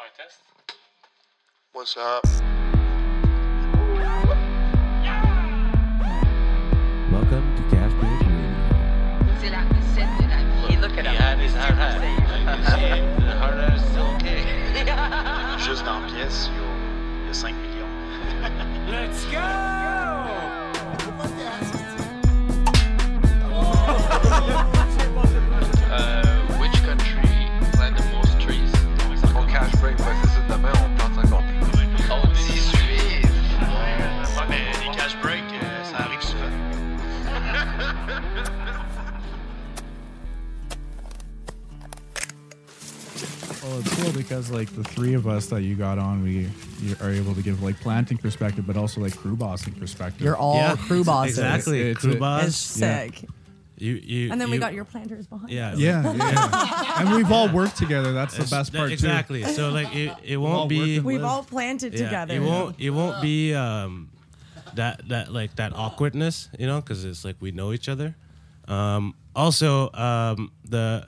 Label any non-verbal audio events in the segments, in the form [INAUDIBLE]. podcast. What's up? Welcome to Gasbridge Radio. that I can sit that I can look at Yeah, it's hard, hard. Like you say, the uh, harder is still okay. Juste dans la pièce, il y a- il y a 5 millions. uh, Which country plant the most trees? Au cash break, ouais, c'est ça. Demain, on plante 50 plus. Oh, c'est Suisse! Ouais, mais les cash breaks, ça arrive souvent. Well, it's cool because like the three of us that you got on, we you are able to give like planting perspective, but also like crew bossing perspective. You're all crew bosses. Exactly. It's- crew it's- It's boss. sick. You, you, And then we you- got your planters behind. Yeah. yeah, yeah. and we've all worked together. That's That's- the best that- part Exactly. So like it, it all won't be working We've Live. all planted yeah, together. It won't it won't be um that that like that awkwardness, you know, cuz it's like we know each other. Um also um the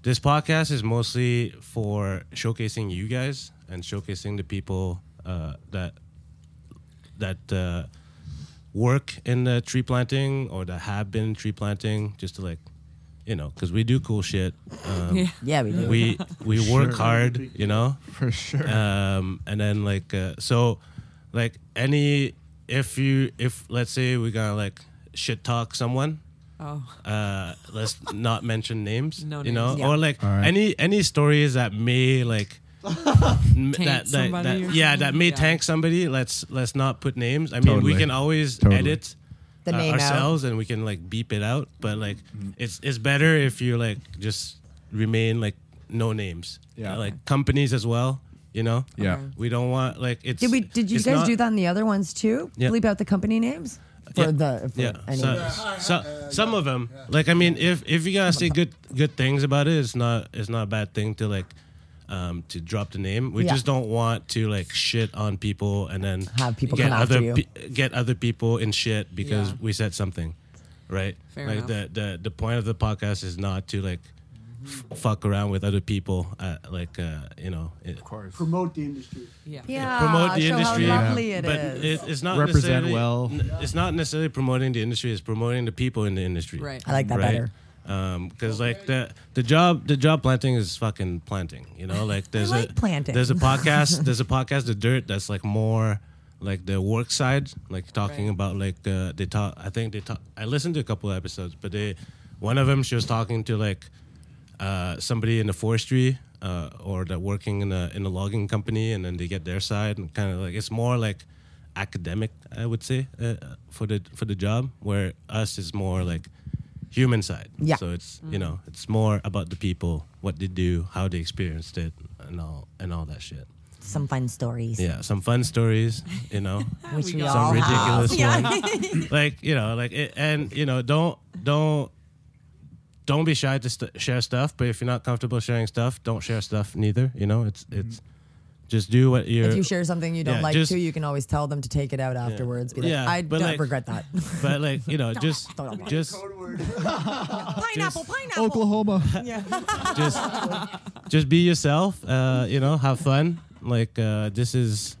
this podcast is mostly for showcasing you guys and showcasing the people uh that that uh work in the tree planting or that have been tree planting just to like you know, because we do cool shit. Um, Yeah, we do. We we work hard, you know too, for sure. um, and then like uh, so like any if you if let's say we're gonna like shit talk someone oh uh [LAUGHS] let's not mention names No you know names. Yeah. or like All right. any any stories that may [LAUGHS] like m- Tank somebody or yeah something. that may Yeah. tank somebody let's let's not put names i mean Totally. we can always Totally. edit the uh, name out. ourselves and we can like beep it out but like Mm. it's it's better if you like just remain like no names Yeah. Uh, like companies as well you know yeah. we don't want like it's. Did we? Did you it's guys not- do that in the other ones too? Yeah. Bleep out the company names for Yeah. the. For Yeah, any- so, so, some of them. Like I mean, if if you guys say good good things about it, it's not it's not a bad thing to like um to drop the name. We Yeah. just don't want to like shit on people and then Have people get come after other you. pe- get other people in shit because Yeah. we said something, right? Fair like enough. the the the point of the podcast is not to like. f- Fuck around with other people, uh, like uh, you know, it, Promote the industry. Yeah. yeah. promote Ah, the show industry. How lovely it is. but It, it's not Represent necessarily- well. n- It's not necessarily promoting the industry; it's promoting the people in the industry. Right. I like that right? better. Because like the the job the job planting is fucking planting. You know, [LAUGHS] like there's like a planting. there's a [LAUGHS] podcast there's a podcast the dirt that's like more like the work side, like talking Right. about like uh, they talk. I think they talk. I listened to a couple of episodes, but they one of them she was talking to like uh, somebody in the forestry uh, or that working in a in a logging company, and then they get their side and kind of like it's more like academic, I would say, uh, for the for the job. Where us is more like human side. Yeah. So it's you know it's more about the people, what they do, how they experienced it, and all and all that shit. Some fun stories, Yeah, some fun stories, you know, which we, got all some ridiculous have. ones. like you know, like it, and you know, don't don't don't be shy to st- share stuff. But if you're not comfortable sharing stuff, don't share stuff neither. You know, it's Mm-hmm. it's just do what [LAUGHS] you're. If you share something you don't Yeah, like just- too, you can always tell them to take it out afterwards. Be like, Yeah, I but don't like- regret that. [LAUGHS] but like you [LAUGHS] know, just don't like just [LAUGHS] pineapple, pineapple. Oklahoma. just just be yourself uh, you know have fun like uh, this is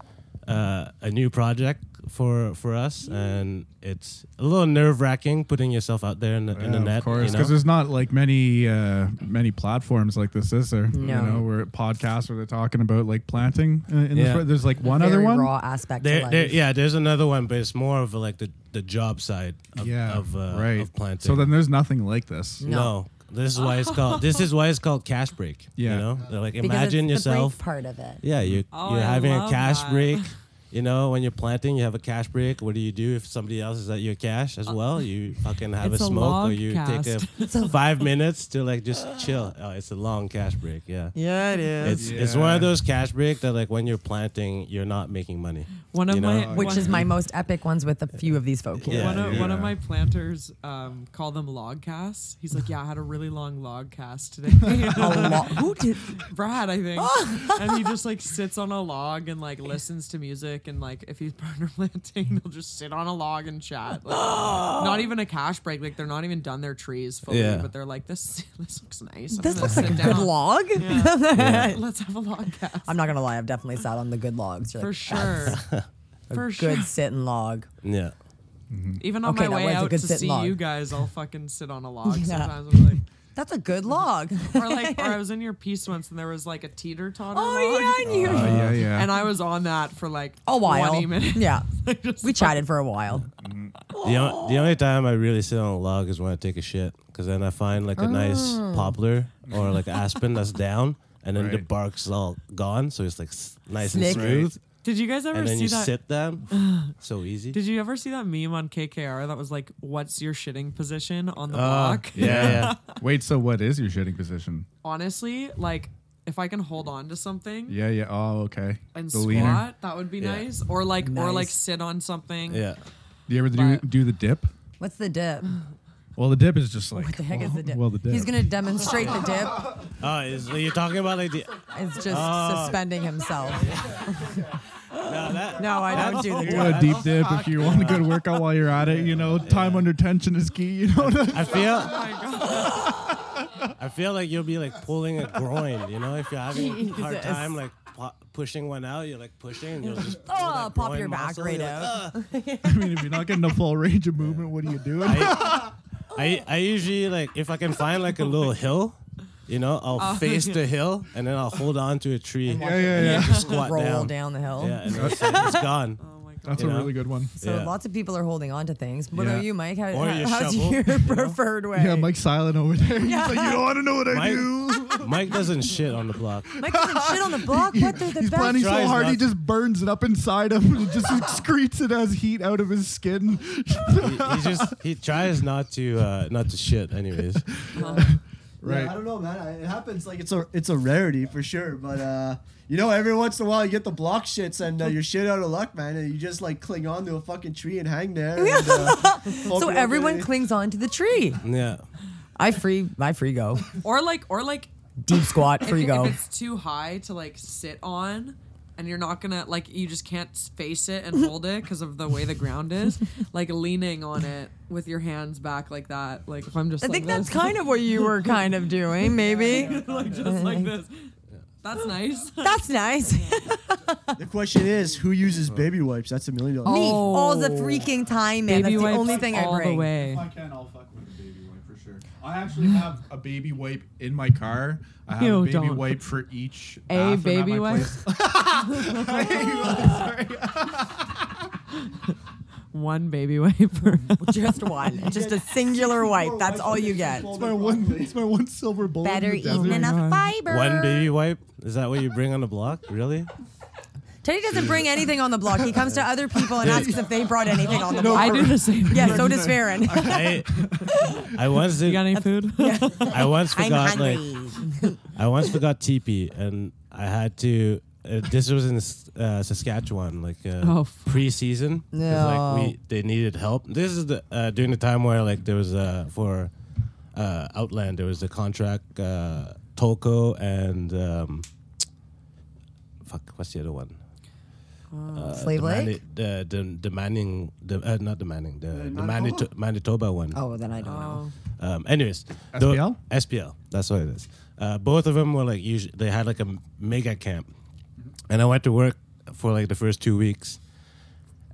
uh, a new project for for Mm. us and it's a little nerve-wracking putting yourself out there in the, in the net of course, you know? because there's not like many uh, many platforms like this, is there? No. You know, where podcasts where they're talking about like planting. Uh, in Yeah. the, fr- there's like one other Very one. raw aspect to there, life. there, yeah there's another one but it's more of like the, the job side of, Yeah, of, uh, right. of planting So then there's nothing like this. no. this is why it's called this is why it's called cash break Yeah. you know They're like Because imagine it's the break yourself part of it. Yeah, you Oh, you're I having a love cash that. break. You know, when you're planting, you have a cash break. What do you do if somebody else is at your cash as well? You fucking have a Uh, It's a smoke or long you cast. [LAUGHS] take a [LAUGHS] five minutes to like just chill. Oh, it's a long cash break. Yeah. Yeah, it is. It's it's one Yeah. of those cash break that like when you're planting, you're not making money. One of You my know? Which one- is my most epic ones with a few of these folk. here. Yeah. one of, one of yeah. my planters um, called them log casts. He's like, yeah, I had a really long log cast today. [LAUGHS] A [LAUGHS] lot. Who did? [LAUGHS] Brad, I think. and he just like sits on a log and like listens to music music and like if he's [LAUGHS] partner planting, they'll just sit on a log and chat. [GASPS] Like, not even a cash break. Like they're not even done their trees fully, Yeah. but they're like this. [LAUGHS] This looks nice. I'm This gonna looks like sit a down. good log. [LAUGHS] Yeah. Let's have a log cast. I'm not gonna lie, I've definitely sat on the good logs. You're For [LAUGHS] like, sure. "That's A For good sure. sitting log. Yeah. Even on Okay, now my way where's a out good to sit see log? you guys, I'll fucking sit on a [LAUGHS] log Yeah. sometimes. I'm like, That's a good [LAUGHS] log. [LAUGHS] [LAUGHS] or like, or I was in your piece once and there was like a teeter totter. Oh, yeah, and you- Uh, Uh, Oh, yeah, yeah. And I was on that for like a while. 20 [LAUGHS] minutes. [LAUGHS] Yeah. we chatted for a while. The, on- the only time I really sit on a log is when I take a shit, because then I find like a nice Oh. poplar or [LAUGHS] like aspen that's down, and then the bark's all gone, so it's like s- nice Slick. and smooth. Did you guys ever and then see you that? [SIGHS] sit them, so easy. Did you ever see that meme on KKR that was like, "What's your shitting position on the Ah, block?" Wait, so what is your shitting position? Honestly, like if I can hold on to something Yeah, yeah. Oh, okay. and the squat, leaner. that would be Yeah. nice. Or like, or like Nice. sit [LAUGHS] on something. Do you ever do, do the dip? What's the dip? Well, the dip is just like. What the heck is the dip? Well, the dip. He's gonna demonstrate the dip. Oh, is, are you talking about like the? It's just Oh. suspending [LAUGHS] himself. No, that, no, I don't do the You dip. want a deep dip if you want a good workout while you're at it. You know, time under tension is key. You know. [LAUGHS] What [LAUGHS] Oh I feel. I feel like you'll be like pulling a groin. You know, if you're [LAUGHS] having a hard Jesus. time like pu- pushing one out, you're like pushing, and you'll just pull Oh, that pop groin your back muscle, right you're like, out. I mean, if you're not getting a full range of movement, what are you doing? I I usually like if I can find like a little hill, you know, I'll Oh, face yeah. the hill and then I'll hold on to a tree. watch it and just Just squat roll down. down the hill. Yeah, and that's it. it's gone. Oh [LAUGHS] [LAUGHS] That's You a know? really good one. So lots of people are holding on to things. What Yeah. about you, Mike? How, Or how, your how's shovel, your [LAUGHS] you know? preferred way? Yeah, Mike's silent over there. He's Yeah. like, you don't want to know what I Mike- do. Mike doesn't shit on the block. Mike doesn't shit on the [LAUGHS] block. What? They're the He's best. planning so Tries hard, he not- just burns it up inside him. and It [LAUGHS] just excretes it as heat out of his skin. [LAUGHS] He, he just he tries not to uh, not to shit anyways. Right. I don't know, man. I- It happens. Like it's a it's a rarity for sure. But uh, you know, every once in a while you get the block shits and uh, you're shit out of luck, man. And you just like cling on to a fucking tree and hang there. and, uh, hope [LAUGHS] so you're everyone okay. clings on to the tree. Yeah. I free, I free go. Or like, or like Deep squat, if, free [LAUGHS] if go. it's too high to like sit on and you're not gonna like you just can't face it [LAUGHS] and hold it because of the way the ground is like leaning on it with your hands back like that like if i'm just I like think this. that's kind of what you were kind of doing, maybe. [LAUGHS] like just like this that's nice That's nice. [LAUGHS] Me, The question is, who uses baby wipes? That's a million dollar. all the freaking time, man. That's Baby Oh. the wipes only thing I all the bring. way. I can, I'll fuck with a baby wipe for sure. I actually have a baby wipe in my car. I have Ew, a baby don't. wipe for each. a bathroom at baby my wipe [LAUGHS] place. [LAUGHS] one [LAUGHS] baby wiper [LAUGHS] Just one, just a singular wipe. That's all you get. It's my one. It's my one silver bullet. in Better the desert. eating enough fiber. One baby wipe is that what you bring on the block? Really? Teddy doesn't bring anything on the block. He comes to other people and asks if they brought anything on the No, block. I do the same [LAUGHS] Yeah, thing. so does Farron. I I once did, you got any food [LAUGHS] I once [LAUGHS] I'm forgot like hungry. I once forgot teepee, and I had to. Uh, this was in uh, Saskatchewan, like uh, Oh, fuck. pre-season. 'cause, No. Like we, they needed help. This is the uh, during the time where like there was uh, for uh, Outland there was the contract uh, Tolko and um, fuck what's the other one? Uh, Slave the Mani- Lake? the, the the Manning, the, uh, not the Manning, the, the Manitoba? Manitoba one. Oh, then I don't know. Um, anyways, the- SPL? SPL. That's what it is. Uh, both of them were like usually they had like a m- mega camp, and I went to work for like the first two weeks,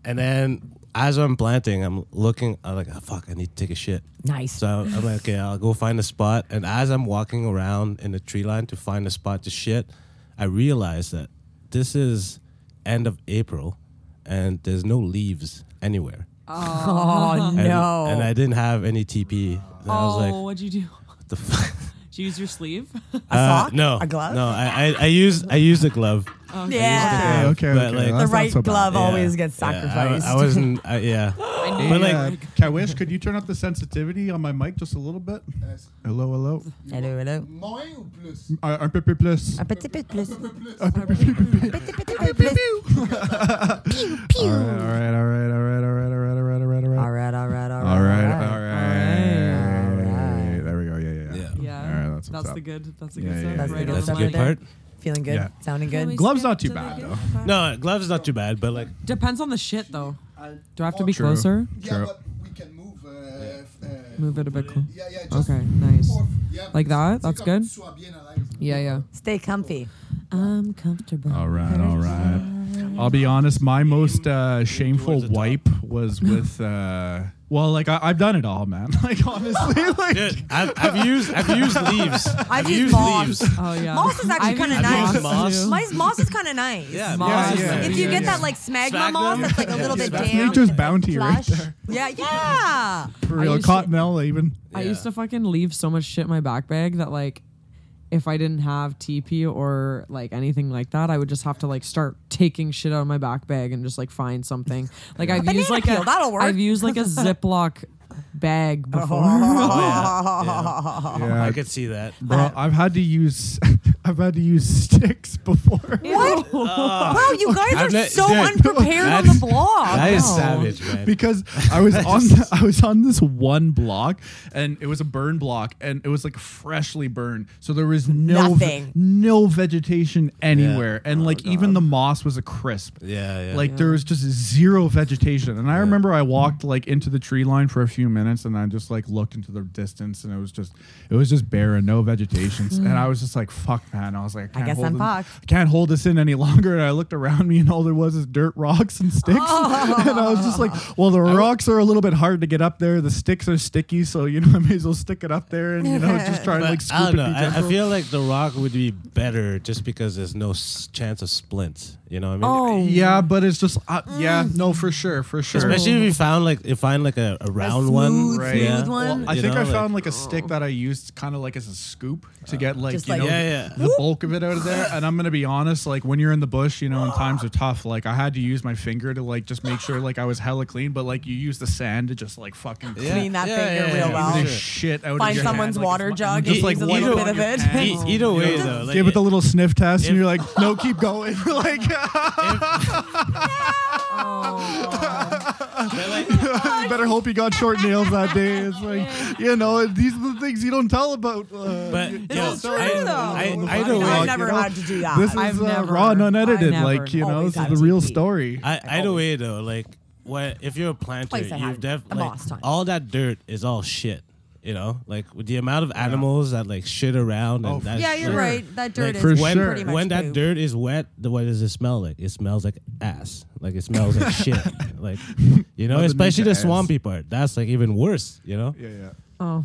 and then as I'm planting, I'm looking. I'm like, oh, fuck, I need to take a shit. Nice. So I'm like, okay, I'll go find a spot. And as I'm walking around in the tree line to find a spot to shit, I realize that this is end of April, and there's no leaves anywhere. Oh And, no. and I didn't have any TP. And I was oh like, what'd you do what the fuck? did you use your sleeve [LAUGHS] A [LAUGHS] sock? uh, No, A glove? No, I I, I used I used a glove. Oh, yeah. Okay, okay, okay. But, like- That's The not right so bad. glove Yeah. always gets Yeah, I- sacrificed. I, wasn't. I, yeah, I but like Uh, Kawish, could you turn up the sensitivity on my mic just a little bit? Hello, hello. [LAUGHS] hello, hello. Moins ou plus? Uh, un peu plus plus. A petit bit plus. Un peu plus plus. [LAUGHS] All right, all right, all right, all right, all right, all right, all right, all right. All right, all right, all right. All right, all right. All right. There we go. Yeah, yeah. Yeah. yeah All right, that's what's that's up. the good that's the Yeah, good yeah, stuff yeah, right yeah. on that's the a good money. part. Feeling good? Yeah. Sounding good? Gloves not too bad though. No, gloves not too bad, but like Depends on the shit though. Do I have to be True. closer? Yeah, but we can move. Uh, f- uh, Move it a bit closer. Yeah, yeah. Just Okay, nice. four- yeah, Like that? stick That's up good. soit bien à l'aise. Yeah, yeah. Stay comfy. I'm comfortable. All right, all right. [LAUGHS] I'll be honest. My most uh, shameful wipe [LAUGHS] was with. Uh, well, like I, I've done it all, man. [LAUGHS] Like honestly, like Dude, I've, I've used I've used [LAUGHS] leaves. I've used moss. Oh yeah. Moss is actually I've kind of used nice. moss, too. Mine's moss is kind of nice. Yeah, moss is nice. If you Yeah, get yeah. that like smegma Sphagnum? moss, that's like a little bit That's damp. nature's bounty right Flush. [LAUGHS] there. Yeah, yeah. For real, cottonella even. I used to fucking leave so much shit in my back bag that like if I didn't have TP or like anything like that, I would just have to like start taking shit out of my back bag and just like find something. Like A I've used banana like peel, a that'll work. Uh-huh. have [LAUGHS] used like a Ziploc bag before. Oh, yeah. Yeah. I could see that. Bro, I've had to use, [LAUGHS] I've had to use sticks [LAUGHS] before. What? wow, you guys I've are let- so dude, unprepared on the that's- block. Wow. Because I was on the, I was on this one block and it was a burn block and it was like freshly burned. So there was no ve- Nothing. no vegetation anywhere. And like even the moss was a crisp. Yeah, Mm-hmm. yeah. Like there was just zero vegetation. And I remember I walked like into the tree line for a few minutes and I just like looked into the distance and it was just it was just barren, no vegetation. and I was just like, fuck man. I was like, I, can't Mm-hmm. guess hold I'm it- fucked. I can't hold this in any [LAUGHS] longer. And I looked around me and all there was is dirt rocks and sticks. Oh. [LAUGHS] and I was just like, well, [LAUGHS] the rocks are a little bit hard to get up there. The sticks are sticky, so you know, [LAUGHS] I may as well stick it up there and you know, [LAUGHS] just try and But like scoop I don't it. know. be I, I gentle. feel like the rock would be better just because there's no s- chance of splints. You know what I Oh, mean? yeah, but it's just uh, yeah, no, for sure, for sure. Especially if you found like you find like a, a round one, yeah. Well, I You think know, I like- found like a stick that I used kind of like as a scoop to get like, Just you like- know, Yeah, the bulk of it out of there. And I'm gonna be honest, like when you're in the bush, you know, and times are tough. Like I had to use my finger to like just make sure like I was hella clean. But like you use the sand to just like fucking Yeah. Clean that Yeah, finger yeah, real yeah, well. Everything shit out of Find your someone's hand, water jug and just like use a little wipe bit of it. E- either way though, like, give it the little sniff test, and you're like, no, keep going. [LAUGHS] like, better hope you got short nails that day. It's like, you know, these are the things you don't tell about. [LAUGHS] Uh, But you- yo, you don't I- tell I- on the I- podcast, either way- I've you never know? had to do that. This is I've uh, never- raw and unedited. I've Like, never you know, always this is had the to real pee. story. I, either way though, like what if you're a planter, Place I you've had def- the like, most times. all that dirt is all shit. You know, like with the amount of animals that like shit around Oh, and for that. Yeah, you're like- right. That dirt like, is For when, sure. pretty much when that poop. dirt is wet. The, what does it smell like? It smells like ass. Like it smells like [LAUGHS] shit. Like you know, Underneath especially the the ass. swampy part. That's like even worse. You know. Yeah, yeah. Oh.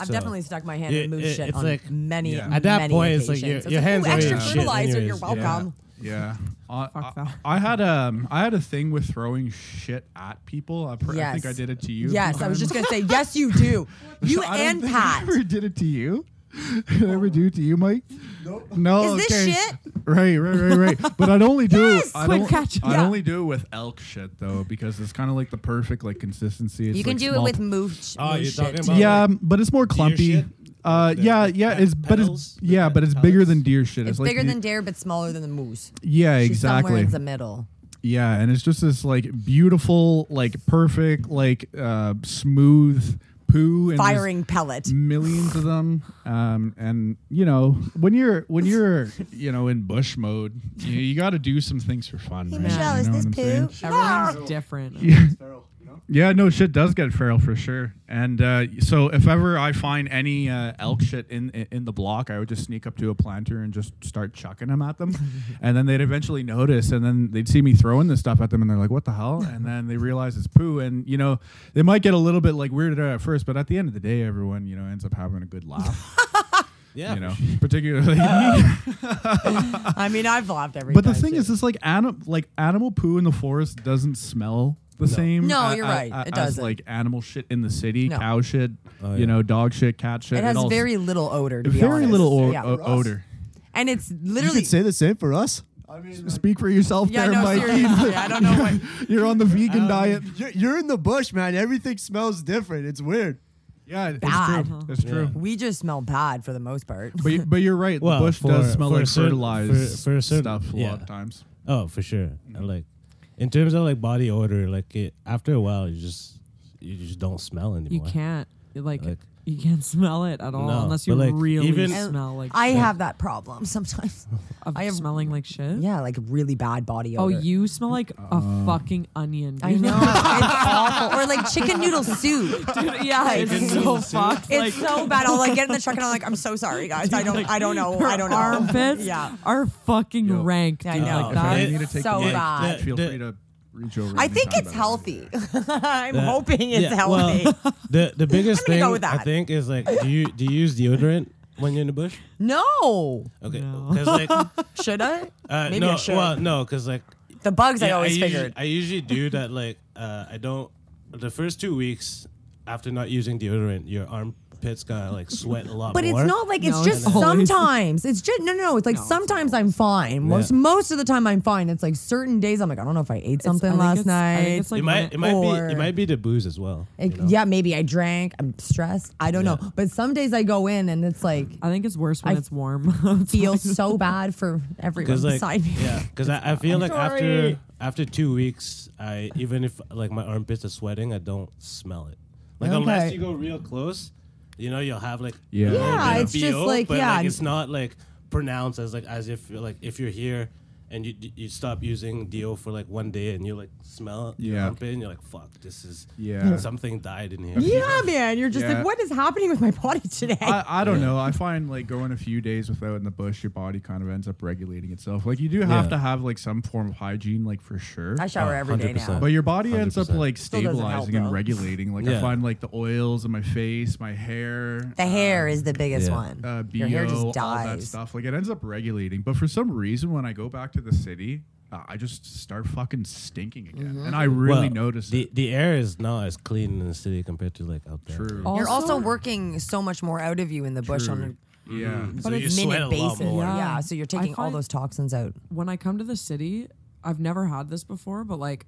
I've So- definitely stuck my hand Yeah, in moose it- shit it's on like- many, Yeah. At that many point, it's occasions. like your- It's your like, hands "Ooh, are extra in shit fertilizer. anyways." You're Yeah. welcome. Yeah. I, I, I had um I had a thing with throwing shit at people. I, pr- I think I Yes. did it to you. a Yes, few [LAUGHS] I was just times. gonna say yes. [LAUGHS] You do. You I don't and think Pat. I ever did it to you. [LAUGHS] Did I ever do it to you, Mike? Nope. No. Is this okay. shit? Right, right, right, [LAUGHS] right. But I'd only do Yes! I Quick don't, catch. I'd Yeah. only do it with elk shit though, because it's kind of like the perfect like consistency. It's You can like do it small- with mooch. Oh, you're mooch talking shit. about- yeah, but it's more clumpy. Uh, yeah, yeah, it's but it's yeah, but it's bigger than deer shit. It's like bigger the- than deer, but smaller than the moose. Yeah, She's Somewhere exactly. in the middle. Yeah, and it's just this like beautiful, like perfect, like uh, smooth poo and there's Firing pellet. Millions of them, um, and you know when you're when you're you know in bush mode, you, you got to do some things for fun. right? You know what I'm saying? Everyone's different. Yeah. Yeah, no shit does get feral for sure. And uh, so if ever I find any uh, elk shit in in the block, I would just sneak up to a planter and just start chucking them at them, and then they'd eventually notice, and then they'd see me throwing this stuff at them, and they're like, "What the hell?" And then they realize it's poo, and you know they might get a little bit like weirded out at first, but at the end of the day, everyone you know ends up having a good laugh. Yeah. you know, particularly. [LAUGHS] I mean, I've laughed every. But the time, thing too. is, it's like animal like animal poo in the forest doesn't smell the same. No, a- you're a- right. a- It as, doesn't. like animal shit in the city, No. cow shit, you know, dog shit, cat shit. it has all s- very little odor. To be very honest. little o- Yeah. o- odor. And it's You literally could say the same for us. Speak for yourself, Yeah, there, no, Mike. seriously, [LAUGHS] I don't know [LAUGHS] what- you're on the vegan diet. You're, you're in the bush, man. Everything smells different. It's weird. Yeah, it's bad. That's true. We just smell bad for the most part. But, y- but you're right. Well, the bush for- does smell for a like certain- fertilized for- for a certain- stuff a yeah. lot of times. Oh, for sure. Mm-hmm. And, Like in terms of like body odor, like it, after a while, you just you just don't smell You anymore. can't. like, you can't smell it at all No, unless but, you like, really even- smell like. I shit. have that problem sometimes. Of I have smelling like [LAUGHS] shit. Yeah, like really bad body Oh, odor. you smell like Uh, a fucking onion. I [LAUGHS] know. it's awful. Or like chicken noodle soup. Dude, yeah, it's Chicken so noodle soup? fucked, It's like- so bad. I'll like get in the truck and I'm like, I'm so sorry, guys. I don't, I don't know. I don't know. Her armpits Yeah. are fucking rank. I dude. know. Like, If I that- need to take So the mic, bad. Feel The- free to reach over. I anytime think it's about it. healthy. [LAUGHS] I'm That- hoping it's yeah, well, healthy. [LAUGHS] the the biggest gonna thing go with I that. think is like, do you do you use deodorant when you're in the bush? [LAUGHS] no. Okay, [LAUGHS] 'cause, like, should I? uh, Maybe no, I should. well, no, because like the bugs I Yeah, always usually- figured. I usually do that. Like uh, I don't. The first two weeks after not using deodorant, your armpits gonna like sweat a lot But more. it's not like it's No, just it's not. sometimes. It's just no, no, no. It's like sometimes I'm fine. Most Yeah. most of the time I'm fine. It's like certain days I'm like I don't know if I ate something I think last it's- I night. think it's like it might. It might or- be. It might be the booze as well. Like, Yeah, maybe I drank. I'm stressed. I don't know. But some days I go in and it's [LAUGHS] like I think it's worse when I it's warm. [LAUGHS] feel so bad for everyone Because like beside me. yeah, because I, I feel I'm like sorry. after after two weeks, I even if like my armpits are sweating, I don't smell it. Like unless Okay. you go real close, you know, you'll have like a Yeah. little Yeah, bit of it's just BO, like, but yeah, like, I'm- it's not like pronounced as like as if you're, like if you're here. And you, you stop using DO for like one day, and you like smell your Yeah. armpit, and you're like, "Fuck, this is [LAUGHS] Yeah. something died in [LAUGHS] here." Yeah, man. You're just Yeah. like, what is happening with my body today? I, [LAUGHS] I don't know. I find like going a few days without in the bush, your body kind of ends up regulating itself. Like you do have Yeah. to have like some form of hygiene, like for sure. I shower Oh, every day 100%. now. But your body ends up 100%. like Still doesn't help, stabilizing and though. regulating. Like I Yeah. find like the oils in my face, my hair, The hair is the biggest yeah. one. uh, BO, Your hair just all that dies. stuff. Like it ends up regulating. But for some reason, when I go back to the city, uh, I just start fucking stinking again, Mm-hmm. and I really Well, notice the it. the air is not as clean in the city compared to like out there. True. You're also working so much more out of you in the bush True. on a yeah. But So you it's sweat minute a basis. lot more. Yeah. Yeah. so you're I taking all find- those toxins out. when I come to the city, I've never had this before, but like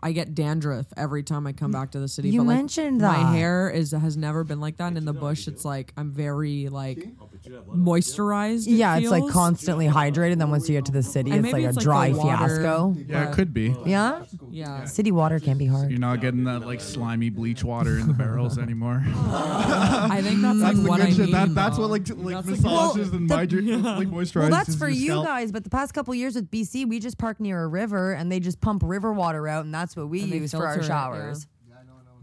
I get dandruff every time I come back to the city. Mm, You but like, mentioned my that. hair is has never been like that. And in the bush, it's like I'm very like moisturized. it Yeah, it's like feels. constantly hydrated. Then once you get to the city, And it's maybe like a it's like dry the water, fiasco. Yeah, it but- could be. Yeah? Yeah. City water can be hard. You're not getting that like slimy bleach water in the barrels [LAUGHS] anymore. I think that's, That's like the what good I shit. mean. That, that's though. what like t- like the- massages Well, and the- hydra- [LAUGHS] like moisturizes. Well, that's for your you scalp. guys, but the past couple years with BC, we just parked near a river and they just pump river water out, and that's what we And they use for filter our it, yeah. showers.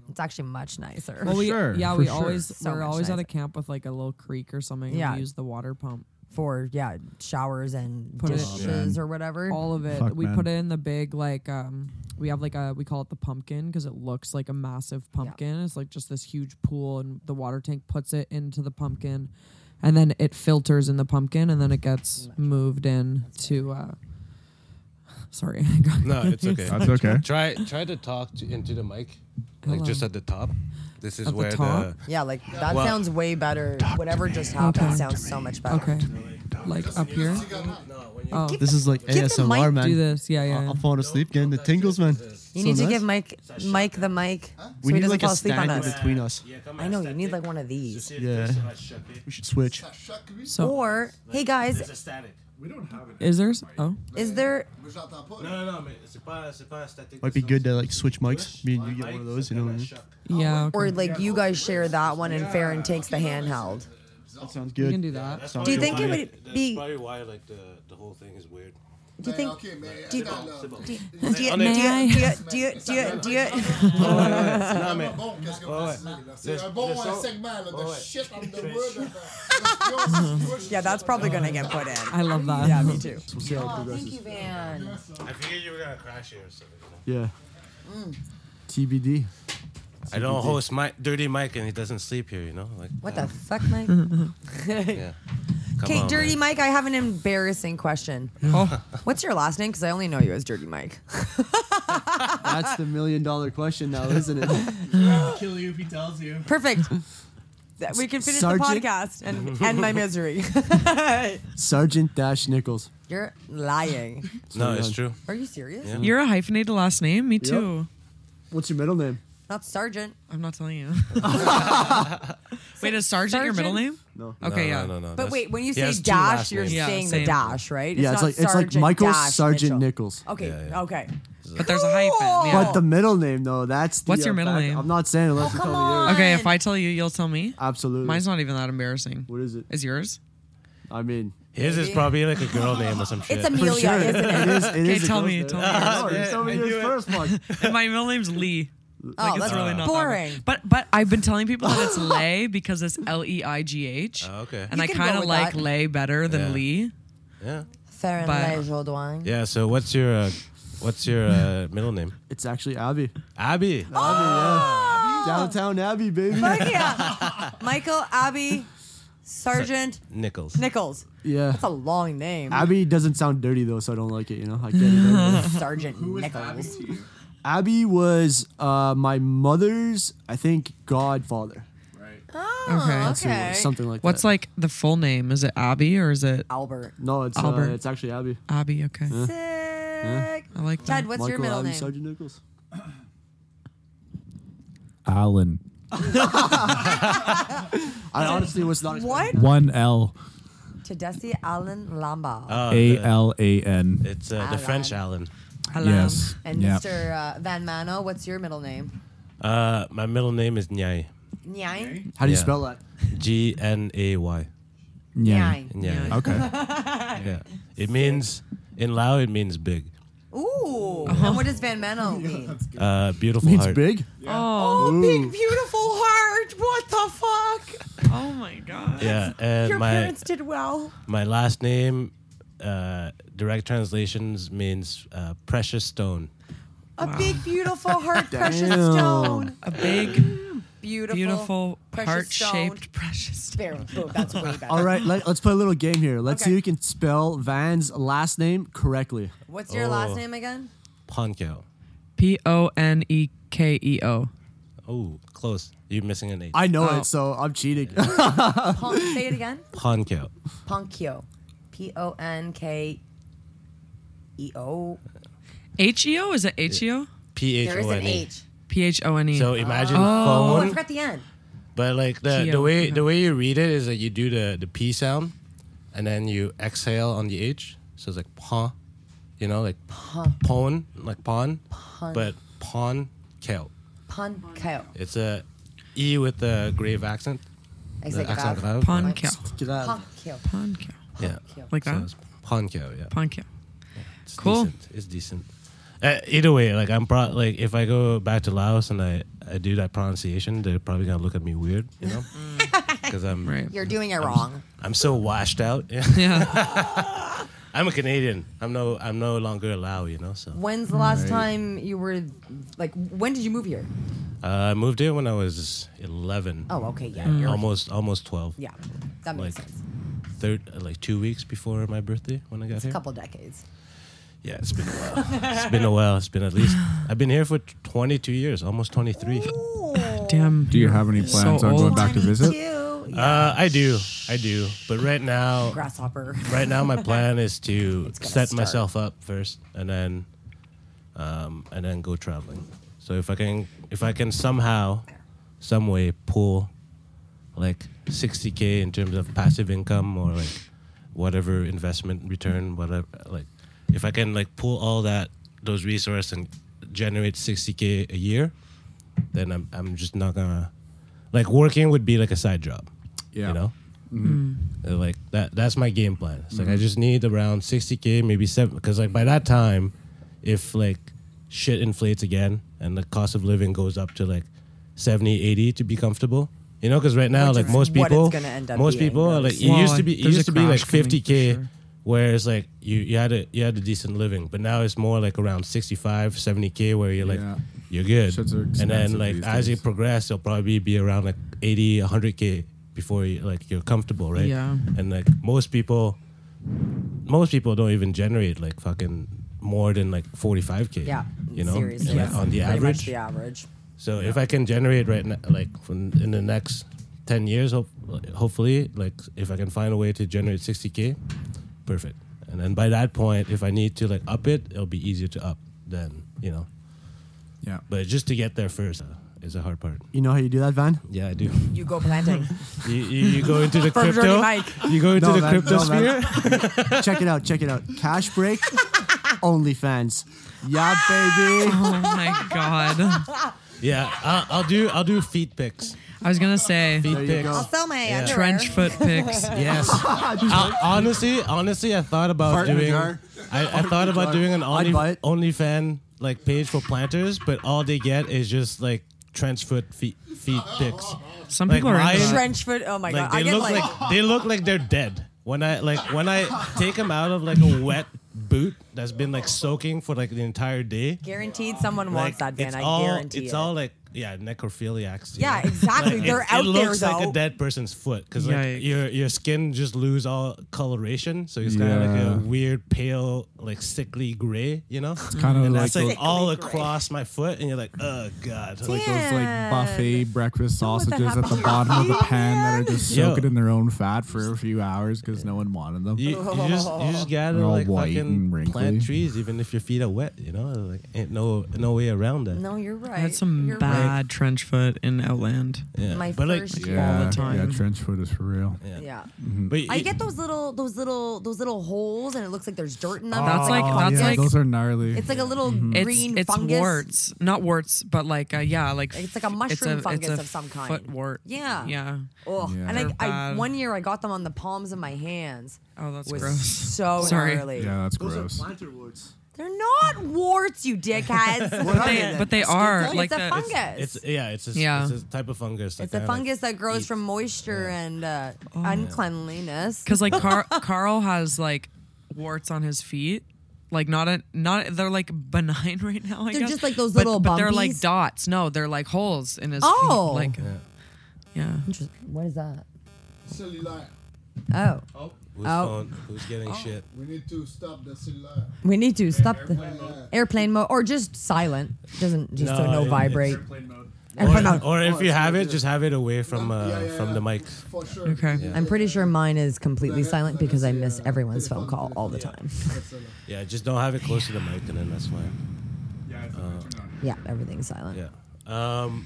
It's actually much nicer. [LAUGHS] Well, we, sure, yeah, for we sure. always So we're much always at nicer. a camp with like a little creek or something. Yeah. and we use the water pump. for yeah, showers and Put it- dishes or whatever. all of it. Fuck, we man. put it in the big like um we have like a we call it the pumpkin because it looks like a massive pumpkin. It's like just this huge pool and the water tank puts it into the pumpkin and then it filters in the pumpkin and then it gets moved in to uh sorry [LAUGHS] I got No, [LAUGHS] it's okay. That's okay. Try try to talk to, into the mic, Hello. like just at the top. This is At the where top? Yeah, like that Well- sounds way better. Whatever just happened Okay. sounds so much better. okay like up here oh This is like Give the mic- ASMR, man. do this yeah yeah, I- yeah. I'm falling asleep, getting the tingles, man. You So need to nice. give Mike Mike the mic so We he need doesn't like fall a asleep on stand in us. between us. I know you need like one of these. Yeah. We should switch. so Or hey guys, static. is there's oh is there No, no, no. mais c'est pas- c'est pas un static, Might be c'est good un- to like switch mics. Me and you get Mic, one of those. c'est You know comme what I mean? un choc. yeah okay. or like you guys share that one and Farron takes the handheld. That sounds we can do good. that Do you think it Probably- would that's be- probably why like the, the whole thing is weird. Do you think? Okay, mais Do you- attends, là. Do you On est- do you on do you est- do you do you do you- do you? Ouais, ouais, ouais. Non, mais- C'est bon, qu'est-ce que vous Ouais, ouais. décidez, là? C'est Le- un bon le euh, son- segment là, de Ouais, ouais. shit on the Trash. wood. là, de- Bush. [LAUGHS] Yeah, that's probably gonna get put in. I love that Yeah, me too. We'll see how it Thank you, progresses. Van. I figured you were gonna crash here or something. Yeah. TBD. I don't host my dirty Mike and he doesn't sleep here. You know, like What uh, the fuck, Mike? [LAUGHS] Yeah. Come Okay, on, Dirty man. Mike, I have an embarrassing question. oh [LAUGHS] What's your last name? Because I only know you as Dirty Mike. [LAUGHS] That's the million dollar question now, isn't it? Kill you if he tells you. Perfect. [LAUGHS] That- We can finish Sergeant- the podcast and end my [LAUGHS] misery. [LAUGHS] Sergeant Dash Nichols. You're lying. No, it's true. Are you serious? Mm. Yeah. you're a hyphenated last name me too What's your middle name? Not sergeant. I'm not [LAUGHS] telling you. wait, is sergeant your middle name? Sergeant? No. Okay, No, yeah. no, no, no. But That's- wait, when you he say has two dash, last you're names. Yeah, saying same. the dash, right? Yeah, it's not like- it's like Sergeant Michael dash Sergeant Mitchell. Nichols. Okay, okay. But there's a hyphen. Yeah. But the middle name though, that's the, What's your uh, middle back- name? I'm not saying unless you tell me yours. Okay, if I tell you, you'll tell me. Absolutely. Mine's not even that embarrassing. What is it? Is yours? I mean, His is probably like a girl name or some shit. For sure. It is. It okay, is a tell girl's me. name. Tell [LAUGHS] me. I know, yours. you told me yours first, Mark. [LAUGHS] And my middle name's Lee. Oh, that's boring. But but I've been telling [LAUGHS] people that it's Lay because it's L E I G H. Oh, okay. And You I can go kind of with like that. Lay better than Yeah. Lee. Yeah. Fair But- and leisure, Dwayne. Yeah. So what's your uh, what's your uh, middle name? It's actually Abby. Abby. Oh, Abby, yeah. Downtown Abby, baby. [LAUGHS] Fuck yeah. Michael, Abby, Sergeant Nichols. Nichols. Yeah. That's a long name. Abby doesn't sound dirty though, so I don't like it. You know, I get it. [LAUGHS] [LAUGHS] Sergeant Nichols. Abby was uh, my mother's, I think, godfather. Oh, Okay. That's who it was, Something like What's that. like the full name? Is it Abby or is it Albert? No, it's uh, Albert. it's actually Abby. Abby. Okay. Yeah. Sick. I like Chad, that. what's your Michael middle Abby name? Sergeant Nichols. Alan. I honestly was not. expecting What? One L. Tedesi Allen Lamba. Oh, A L A N. It's uh, the French Alan. Yes. And yeah. Mr. Uh, Van Mano, what's your middle name? Uh, my middle name is Nyai. Nyai? How do you spell that? G N A Y. Nyai. Nyai. Okay. [LAUGHS] yeah. It means in Lao. It means big. Ooh. Uh-huh. And what does Van [LAUGHS] Mano mean? Uh, beautiful Means heart. big. Oh, big beautiful heart. What the fuck? Oh my god. Yeah. And Your my parents did well. my last name, uh, direct translations means uh, precious stone. A big beautiful heart, precious Damn. stone. A big, Beautiful, beautiful, precious heart-shaped stone. precious sparrow. Boom, that's way better. All right, let, us play a little game here. Let's see Okay. who can spell Van's last name correctly. What's your last Oh. name again? Ponkyo. P O N E K E O. Oh, close. You're missing an H. I know Oh. it, so I'm cheating. [LAUGHS] Pon- say it again. Ponkyo. Ponkyo. P O N K E O. H E O? Is it H E O? P H There is O an N E. H. P H O N E. So imagine Oh, I phone, forgot the N. but like the, Geo, the way okay. the way you read it is that you do the the P sound, and then you exhale on the H. So it's like pawn, you know, like pawn, like pawn, Pon- but pawn kale. Ponkyo. It's a E with a grave accent. Except The accent grave. grave. Pon cow. Get out. Ponkyo. Pon cow. Yeah. Like that? Pawn kale. Yeah. Pon cow. It's Cool. Decent. It's decent. Uh, either way, like I'm pro- like if I go back to Laos and I, I do that pronunciation, they're probably gonna look at me weird, you know, [LAUGHS] because I'm Mm. Right. You're doing it wrong. I'm so washed out. [LAUGHS] [LAUGHS] Yeah. I'm a Canadian. I'm no I'm no longer a Lao, you know. So When's the last Right. time you were like? When did you move here? uh, I moved here when I was 11. Oh, okay, yeah, you're- almost almost 12. Yeah, that makes Mm. Like, sense. Thir- like two weeks before my birthday when I got It's here. a couple decades. Yeah, it's been a while. it's been a while. It's been at [GASPS] least I've been here for 22 years, almost 23. Damn. Do you have any So plans on going old. back to visit? Ew. Uh, I do, I do. But right now, Grasshopper. right now my plan is [LAUGHS] to gonna set start. myself up first and then um, and then go traveling so if i can if i can somehow some way pull like 60k in terms of passive income or like whatever investment return whatever like if i can like pull all that those resources and generate 60k a year then i'm, I'm just not gonna like working would be like a side job Yeah. you know Mm. uh, like that that's my game plan it's like i just need around 60k maybe 7 because like by that time if like shit inflates again and the cost of living goes up to like 70 80 to be comfortable you know because right now Which like is most what it's people gonna end up most being, people are really. like it Well, used to be it there's a used to be like crash coming for 50k sure. where it's like you you had a you had a decent living but now it's more like around 65 70k where you're like Yeah. you're good Shits are and then expensive like these as you days. progress you'll probably be around like 80 100k before you like you're comfortable right Yeah. and like most people most people don't even generate like fucking more than like 45k Yeah, you know seriously, like, on the Pretty average much the average. so if I can generate right now, like from in the next ten years, hope, hopefully, like if I can find a way to generate sixty k, perfect. And then by that point, if I need to like up it, it'll be easier to up than you know. Yeah. But just to get there first, uh, is the hard part. You know how you do that, Van? Yeah, I do. You go planting. you, you, you go into the From Dirty crypto. Mike. You go into No, the man, crypto no, man. sphere. check it out. Check it out. Cash [LAUGHS] break. OnlyFans. Yeah, baby. Oh my god. Yeah, I'll, I'll do. I'll do feet pics. I was gonna say Feet [LAUGHS] pics. I'll sell my Yeah. underwear. Trench foot pics. Yes. [LAUGHS] I- honestly, honestly, I thought about Fart in a doing. I, jar. I Fart in thought a about jar. doing an I'd only buy it. OnlyFan like page for planters, but all they get is just like trench foot feet feet pics. Some Like, people are my- into that. Trench foot. Oh my like god. they I get look like, like, they look like they're dead when I like when I take them out of like a wet boot that's been like soaking for like the entire day. guaranteed someone Like, wants that van. it's I all guarantee it's it. all like yeah necrophiliacs. you Yeah, know? exactly. Like, They're it, out it there, looks like though. a dead person's foot because Yikes. like your your skin just lose all coloration, so it's kind of Yeah. like a weird pale like sickly gray. You know, it's kinda and like that's like those- all across my foot, and you're like, oh god, Like those like buffet breakfast what the sausages hell at the happened to bottom of the your feet, pan that are just Yo. soaking in their own fat for a few hours because no one wanted them. You, you just you just gotta They're all like white and fucking wrinkly. plant trees even if your feet are wet, you know? Like ain't no no way around that. no, you're right. I had some You're bad right. trench foot in Outland. Yeah. My but like first all yeah, the time. yeah, trench foot is for real. yeah. Yeah. But I you- get those little, those little, those little holes, and it looks like there's dirt in them. That's It's like- a that's fungus. yeah, like- those are gnarly. Oh, It's like a little Mm-hmm. green it's, it's fungus. warts, not warts, but like uh, yeah, like It's like a f- mushroom fungus it's a of some kind. Foot wart. Yeah. Yeah. Oh, Yeah. and They're I, I, bad. one year I got them on the palms of my hands. Oh, that's was gross. So Sorry. gnarly. yeah, that's Those gross. are planter warts. They're not warts, you [LAUGHS] dickheads. What are They- they then? but they Skin are, tight? like it's a the- fungus. it's yeah, it's a, Yeah. it's a type of fungus. that It's a kinda, like, fungus that grows eat- from moisture and uh, uncleanliness. Because like [LAUGHS] Car- Carl has like warts on his feet. Like not a not they're like benign [LAUGHS] right now. I They're guess. just like those But- little But they're like bumpies? dots. No, they're like holes in his. Oh. Feet. Like. Yeah. what is that? Silly lie. Oh, Oh. Who's, Oh. phone- who's getting [LAUGHS] shit? We need to stop the silly lie. we need to stop the airplane mode or just silent. Doesn't just so No, no it- vibrate. Airplane mode. Or, or if you have it, just have it away from uh, Yeah, yeah, from yeah. the mic. For sure. Okay. I'm pretty sure mine is completely silent because I miss everyone's phone call all the time. [LAUGHS] Yeah, just don't have it close to the mic, and then that's fine. yeah, everything's silent. Yeah. Um.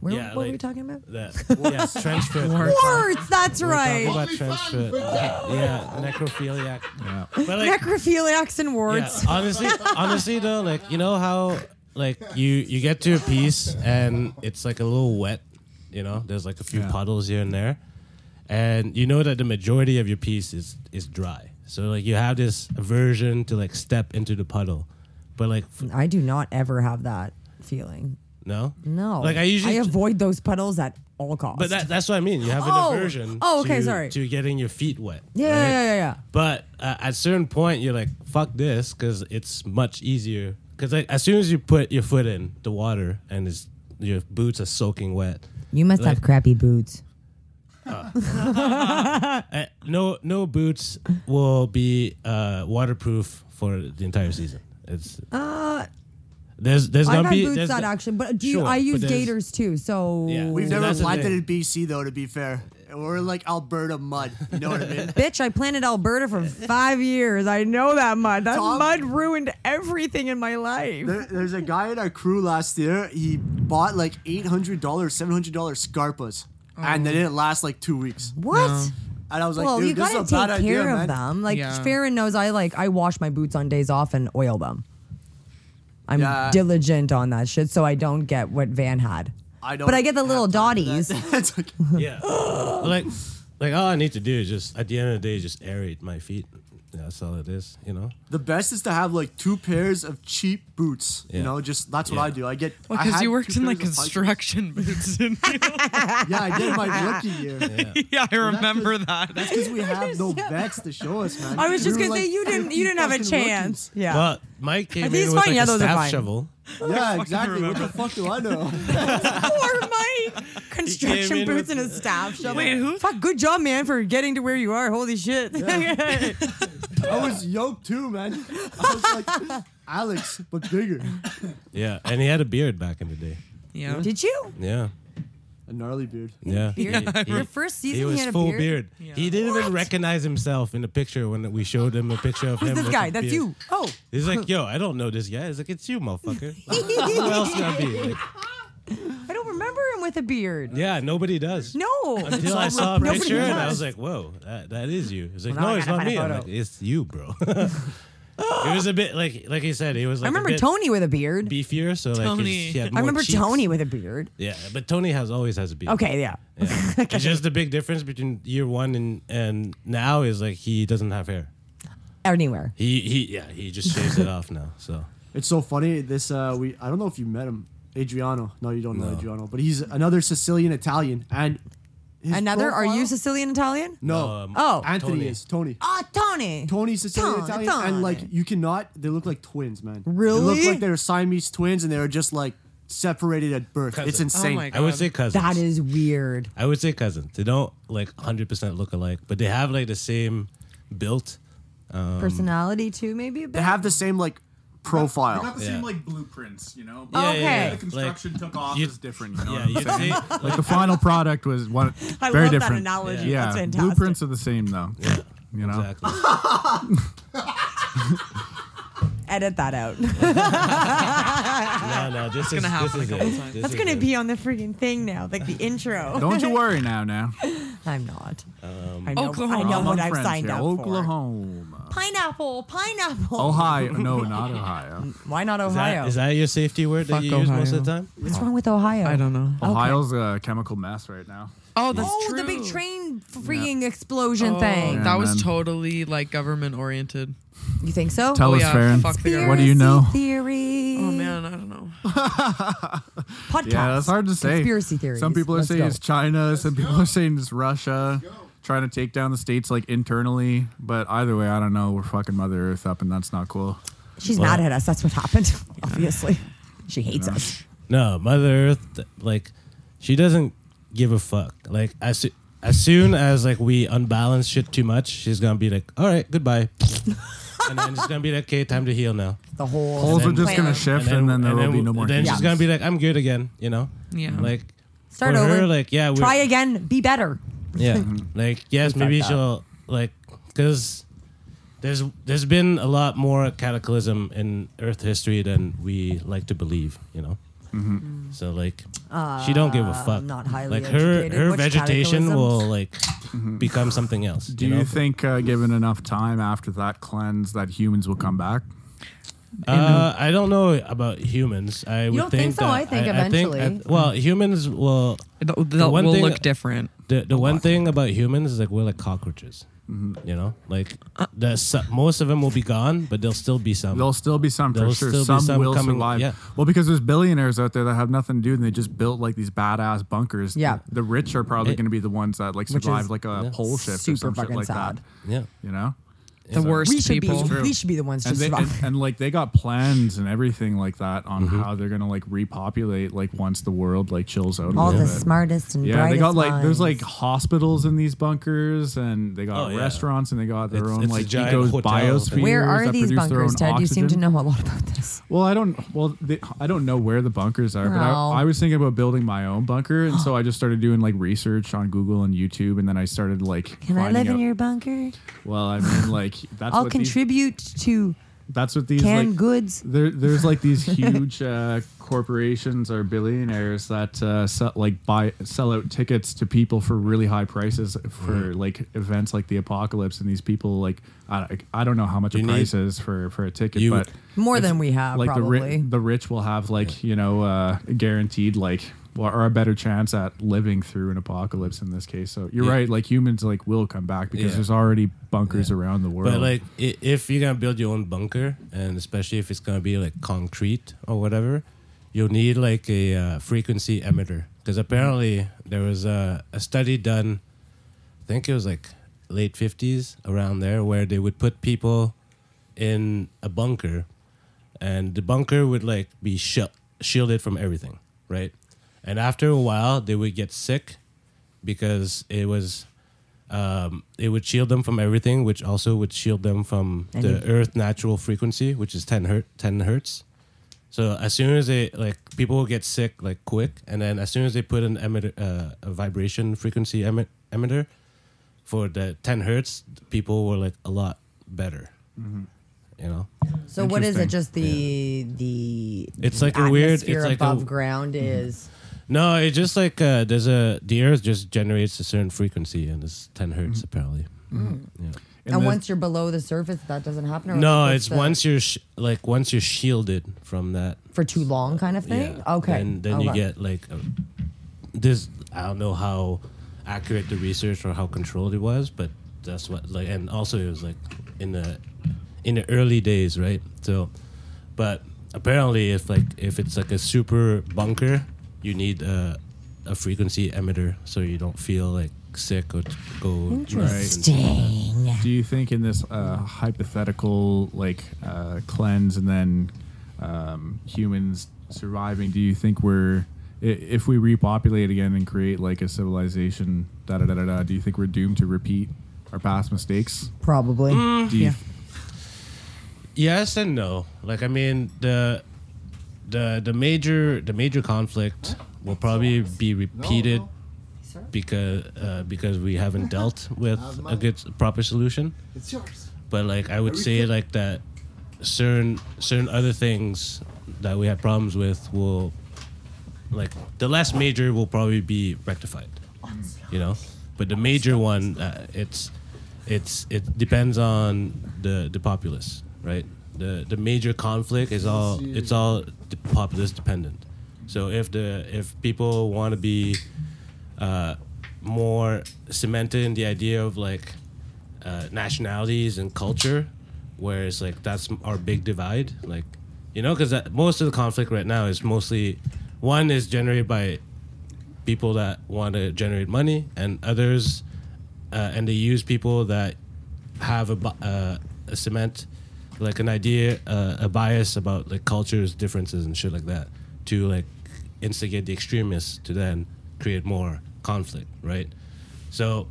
Where, Yeah, what were we like- talking about? [LAUGHS] That yeah, transfer. Warts. Words. That's Talking right. about transfer. Yeah, necrophiliac. Yeah. But like, Necrophiliacs and words. Yeah, honestly, honestly though, like you know how like you you get to a piece and it's like a little wet, you know. There's like a few Yeah. puddles here and there, and you know that the majority of your piece is is dry. So like you have this aversion to like step into the puddle, but like f- I do not ever have that feeling. no, No. like I usually. I avoid those puddles at all costs. but that, that's what I mean. You have an Oh. aversion. Oh, okay, to, sorry. To getting your feet wet. yeah, right? yeah, yeah, yeah, yeah. But uh, at certain point, you're like, fuck this, because it's much easier. Because like, as soon as you put your foot in the water and it's, your boots are soaking wet, You must Like- have crappy boots. uh, no no boots will be uh, waterproof for the entire season. It's Uh, there's there's I've not had be boots there's that no- actually, but do you, Sure, I but use there's- gaiters too. So Yeah. We've Ooh, never that's the planted thing. in BC though, to be fair. We're like Alberta mud. You know what I mean? [LAUGHS] Bitch, I planted Alberta [LAUGHS] for five years. I know that mud. That Tom- mud ruined everything in my life. [LAUGHS] There, there's a guy in our crew last year. He bought like eight hundred dollars, seven hundred dollars Scarpas, Oh. and they didn't last like two weeks. What? And I was like, well, dude, you this is gotta a take bad care idea, of man. them. Like Yeah. Farron knows, I like I wash my boots on days off and oil them. I'm Yeah. diligent on that shit, so I don't get what Van had. I don't but I get the have little time for that. [LAUGHS] dotties. That's okay. [GASPS] Yeah, like like all I need to do is just at the end of the day just aerate my feet. Yeah, that's all it is. You know. The best is to have like two pairs of cheap boots. You Yeah. know, just that's what Yeah. I do. I get Well, I because had you worked two in like pairs of punches. construction boots, [LAUGHS] didn't you? Yeah, I did my rookie year. [LAUGHS] yeah, I remember that. That's because [LAUGHS] we have [LAUGHS] no bets to show us, man. I was just We gonna were, say like, you didn't you didn't have a fucking chance. Yeah. Well, Mike came in think it's with Uh, fine. like Yeah, a those are staff fine. shovel. rookies. Yeah, exactly. What the fuck do I know? Poor Mike. Construction in boots with- and a staff shovel. Wait, who? Fuck, good job, man, for getting to where you are. Holy shit. I was yoked too, man. [LAUGHS] I was like Alex, but bigger. Yeah, and he had a beard back in the day. [LAUGHS] Yeah. [LAUGHS] Did you? Yeah. A gnarly beard. Yeah. Beard? He- Your he- first season he he was had a full beard? He didn't even recognize himself in the picture when we showed him a picture of Who's him. this with guy? the That's beard. you. [LAUGHS] Oh. He's [LAUGHS] like, yo, I don't know this guy. He's like, it's you, motherfucker. Who else can I be? Like, [LAUGHS] I don't remember him with a beard. yeah, nobody does. No. Until I saw a Nobody picture and I does. was like, whoa, that, that is you. He's like, Well, now no, I it's gotta not find a me. I'm photo. like, it's you, bro. [LAUGHS] it was a bit like, like he said, it was I like, a remember bit Tony with a beard. Beefier, so like, his- he had I more remember cheeks. Tony with a beard. Yeah, but Tony has always has a beard. Okay, yeah. Yeah. It's just the big difference between year one and and now is like he doesn't have hair. [LAUGHS] Anywhere. He he yeah he just shaves it off now. [LAUGHS] So It's so funny. This uh, we I don't know if you met him, Adriano. No, you don't know No. Adriano, but he's another Sicilian Italian and his Another? profile- Are you Sicilian Italian? No. Um, oh, Anthony is Tony. Ah, Tony. Tony's Sicilian Tony, Italian, and like you cannot. They look like twins, man. Really? They look like they're Siamese twins, and they're just like separated at birth. Oh It's insane. I would say cousins. Oh That is weird. I would say cousins. They don't like hundred percent look alike, but they have like the same built Mm. um, Personality too, maybe a bit. They have the same like They profile. got the Yeah. same like blueprints, you know. Yeah, but yeah, yeah. The construction took off you- is different. You know yeah, what I'm [LAUGHS] you'd saying? say- like the final product was one [LAUGHS] I very love that different. analogy. Yeah, That's fantastic. blueprints are the same though. Yeah, you know. [LAUGHS] Edit [LAUGHS] that out. No, no, this is gonna happen this a is couple it. times. This That's is gonna it. be on the freaking thing now, like the intro. [LAUGHS] Don't you worry now, now. [LAUGHS] I'm not. Um, I know- I Oklahoma. know what I've signed up for. Oklahoma. Pineapple, pineapple. Ohio. No, not [LAUGHS] Ohio. Why not Is Ohio? that, is that your safety word that Fuck you use most of the Ohio. time? What's wrong with Ohio? I don't know. Okay. Ohio's a chemical mess right now. Oh, that's oh, true. Oh, the big train freaking explosion Oh, thing. That was man. totally like government oriented. You think so? Tell us, Farron. Fuck the What do you know? Theory. Oh man, I don't know. Podcast. Yeah, that's hard to say. Conspiracy theories. Some people are Let's saying go. it's China. some people are saying it's Russia. Trying to take down the states like internally, but either way, I don't know. We're fucking Mother Earth up, and that's not cool. She's mad at us. That's what happened. [LAUGHS] Obviously, she hates us. No, Mother Earth, th- like, she doesn't give a fuck. Like, as, soo- as soon as like we unbalance shit too much, she's gonna be like, "All right, goodbye," [LAUGHS] and then it's gonna be like, "Okay, time to heal now." The whole Poles are just gonna shift, and then there will be no more. Then humans. she's gonna be like, "I'm good again," you know. Yeah. Like, Start for over. Her, like, yeah, we Try again. Be better. yeah. [LAUGHS] Like yes, Things like maybe that. she'll like because there's there's been a lot more cataclysm in Earth history than we like to believe. You know. Mm-hmm. So like she don't give a Uh, fuck. not highly like her educated. Mm-hmm. her Which vegetation will cataclysms? like become something else. Do you, know? think, uh, given enough time after that cleanse, that humans will come back? Uh, I don't know about humans. I would don't think think so? that- I think eventually. I- well, humans will. The, will look different. The, the one thing about humans is like we're like cockroaches. You know, like the su- most of them will be gone, but there'll still be some. There'll still be some for There'll sure. still be Some, some will coming- survive. yeah. Well, because there's billionaires out there that have nothing to do, and they just built like these badass bunkers. Yeah. The rich are probably It- going to be the ones that like Which survive is like a yeah. pole shift or super some shit fucking like sad. that. yeah, You know. The worst We should be- people. we should be the ones to and they, survive. and, and, like they got plans and everything like that on Mm-hmm. how they're gonna like repopulate like once the world like chills out. a All little the bit. smartest and Yeah, brightest they got like there's like minds. hospitals in these bunkers, and they got Oh, yeah. restaurants, and they got their It's- own it's a like giant eco hotel biospheres. thing. Where are that these produce their bunkers, own Ted? You seem to oxygen. know a lot about this. Well, I don't. Well, they, I don't know where the bunkers are, but No. I, I was thinking about building my own bunker, and so I just started doing like research on Google and YouTube, and then I started like. Can I finding live in out- your bunker? Well, I mean, [LAUGHS] like that's I'll what these- contribute to that's what these canned like, goods. There, there's like [LAUGHS] these huge uh, corporations or billionaires that uh, sell, like buy sell out tickets to people for really high prices for Mm-hmm. like events like the apocalypse, and these people like I, I don't know how much You a need- price is for for a ticket, You- but More it's- than we Uh, have, like the probably. rich, the rich will have like you know uh, guaranteed like well, or a better chance at living through an apocalypse in this case. So you're Yeah. right, like humans like will come back because Yeah. there's already bunkers around the world. But like, i- if you're gonna build your own bunker, and especially if it's gonna be like concrete or whatever, you'll need like a uh, frequency emitter because apparently there was a, a study done. I think it was like late fifties around there where they would put people in a bunker, and the bunker would like be shut shielded from everything, right? And after a while, they would get sick because it was um, it would shield them from everything, which also would shield them from And the it- Earth natural frequency, which is 10 hertz. 10 hertz. So as soon as they like people will get sick like quick, and then as soon as they put an emitter, uh, a vibration frequency emi- emitter for the 10 hertz, people were like a lot better. You know. So what is it? Interesting. Just the the It's like a weird- it's atmosphere like a- above ground Mm-hmm. is No, it just like uh, there's a the Earth just generates a certain frequency, and it's 10 hertz apparently. Yeah. and, once you're below the surface, that doesn't happen. or no, like, what's it's the- once you're sh- like once you're shielded from that for too long, kind of thing. Okay, And then you Okay. get like a, this. I don't know how accurate the research or how controlled it was, but that's what like. And also, it was like in the in the early days, right? So, but apparently, if like if it's like a super bunker, you need a a frequency emitter so you don't feel like sick or t- go Do you think in this uh, hypothetical like uh, cleanse and then um, humans surviving, do you think we're i- if we repopulate again and create like a civilization, da da da da da, do you think we're doomed to repeat our past mistakes? Probably. Mm. Do you Yeah. Yes and no. Like I mean the the the major the major conflict will probably be repeated because uh, because we [LAUGHS] haven't dealt with a good proper solution. It's yours. But like I would say like that certain certain other things that we had problems with will like the last major will probably be rectified. You know? But the major one uh, it's it's it depends on the the populace, right? The the major conflict is all it's all de- populace dependent. So if the if people want to be uh, more cemented in the idea of like uh, nationalities and culture, where it's like that's our big divide, like you know, because most of the conflict right now is mostly one is generated by people that want to generate money and others uh, and they use people that have a, bu- uh, a cement like an idea uh, a bias about like cultures differences and shit like that to like instigate the extremists to then create more conflict right so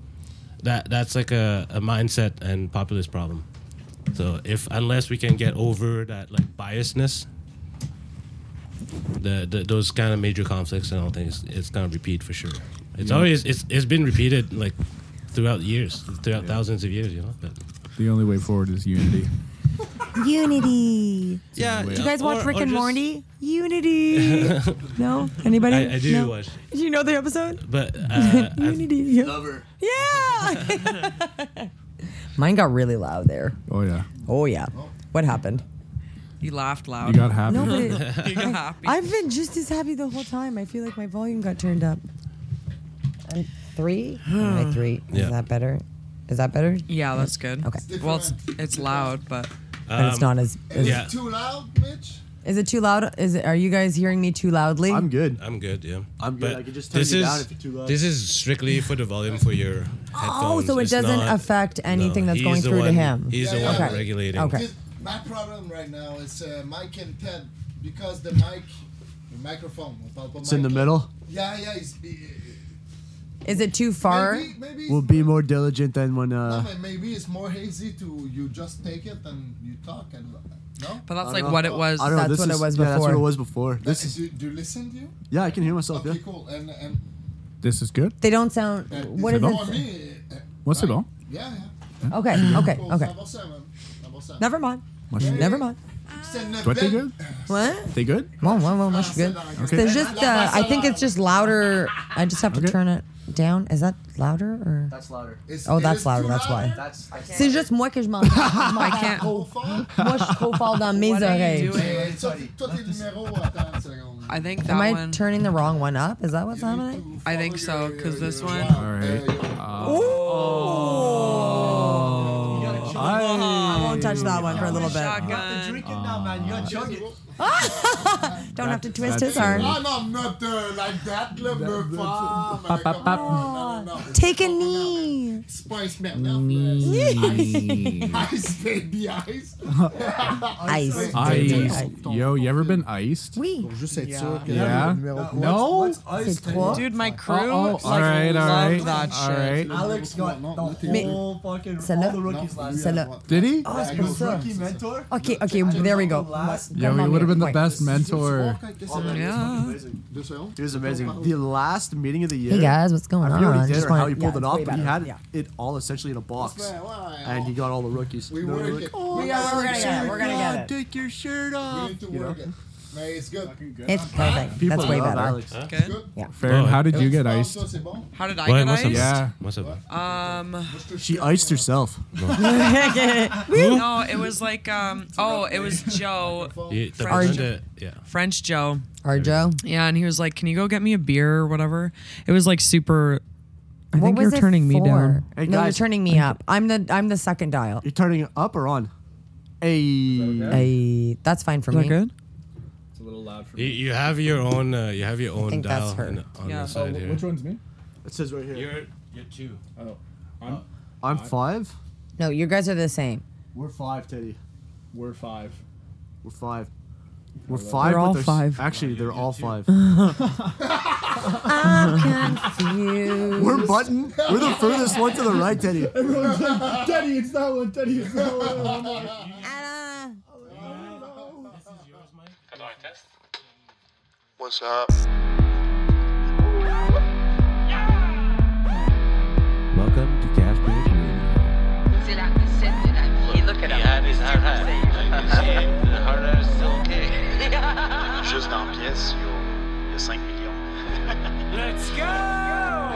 that that's like a, a mindset and populist problem so if unless we can get over that like biasness the, the those kind of major conflicts and all things it's gonna repeat for sure it's Yeah. always it's, it's been repeated like throughout years throughout thousands of years you know but The only way forward is unity. Unity. Yeah, Do you yeah, guys watch or- Rick or and just- Morty? [LAUGHS] Unity. no. Anybody? I, I do No? watch Do you know the episode? [LAUGHS] but uh, Unity. yeah. Lover. Yeah. [LAUGHS] Mine got really loud there. Oh yeah. Oh yeah. What happened? You laughed loud. You got happy. No, but [LAUGHS] [LAUGHS] you got happy. I've been just as happy the whole time. I feel like my volume got turned up. Three. Am [SIGHS] I three. Yeah. Is that better? Is that better? yeah, that's good. Okay. Well, it's, it's loud, but But it's not as- as- Um, yeah Too loud, Mitch? Is it too loud? Is it, are you guys hearing me too loudly? I'm good. Uh, i'm good yeah i'm good I can just turn you down if you're too loud. this is strictly for the volume for your Oh, headphones. so it It's doesn't not- affect anything that's he's going the through to one- him. he's the one okay. regulating Okay. My problem right now is uh, Mike and Ted because the mic, the microphone. It's in the middle. Yeah, yeah, it's, be- Is it too far? Maybe, maybe it's We'll be more diligent than when. No, Uh, but maybe it's more hazy to you just take it and you talk and no. But that's I don't know. I don't know. This is- yeah, That's what it was before. This is. do, you- do you listen to you? Yeah, I can hear myself. Yeah. Okay, cool. And and This is good. They don't sound. and What it's is it? for me? uh, What's it all? Yeah, yeah. Okay. Okay. Cool, Okay. Double seven, double seven. Never mind. Mushroom. Never mind. Send a What bit- they good? What? They good? Well, well, well, much good. Okay. There's just. Uh, I think it's just louder. I just have to turn it down. Is that louder or? That's louder. It's- oh, it that's is louder. too That's why. loud. That's- I C'est juste moi que je [LAUGHS] m'entends. I can't. Moi, je trop fort dans mes What are oreilles. Eh, toi, t'es- toi, t'es numéro, attends une seconde. I think that Am I one. turning the wrong one up? Is that what's happening? I think so because this one. All right. Oh. Oh, I won't touch that one for a little bit. Don't have to twist his arm. No, no, I'm not uh, like that, le me femme. Pop, pop, No, no, no. Take a knee. Spice man. no, Ice [LAUGHS] Ice, baby, ice. Ice. Ice. Yo, you ever been iced? Oui. Yeah. No. Dude, my crew. Oh, like, all right, all right, loved that all shit. right. Alex got the Mais- whole fucking all Celle-là. the rookies last Celle-là. Did he? Oh, Are you a rookie mentor? Okay, okay, there we go. Yeah, we would have been the best mentor. Oh, Yeah. It was amazing. The last meeting of the year. Hey, guys, what's going I forget what he on? did Just or how wanna- he pulled it yeah, it's way off, but he better, had yeah. it all essentially in a box, and he got all the rookies. We work like, it. "Oh, We my are- we're gonna God, get it, we're gonna get God, it." Take your shirt off. We need to You work know? it. Man, it's good. It's perfect. People That's way love better. Alex. Huh? Good? Yeah. Oh, Farron, how did you get iced? How did I Why, get what's up? iced? Yeah. What's up? Um, She iced herself. no, it was like um. Oh, it was Joe. Yeah, the French- blender, yeah. French Joe. Our Joe. Yeah, and he was like, "Can you go get me a beer or whatever?" It was like super. I What think was you're it turning me for? down. no, you're turning me up. I'm the I'm the second dial. You're turning up or on? Hey. That's fine for Is that me. good? It's a little loud. You, you have your own. Uh, you have your own think dial that's her. in- on Yeah. the side Oh, here. which one's me? It says right here. You're you're two. Oh, I'm. I'm five. No, you guys are the same. We're five, Teddy. We're five. We're five. We're We're five. but all there's- five. Actually, they're all five. I'm [LAUGHS] confused. We're button. We're the furthest one to the right, Teddy. Everyone's like, Teddy, it's that one. Teddy, it's that one. I'm like, What's up? Welcome to Gas Bridge Radio. C'est la recette de la vie. Look at him. His harder. The uh, harder still Juste dans pièce, il y a 5 millions. Let's uh, go! euh,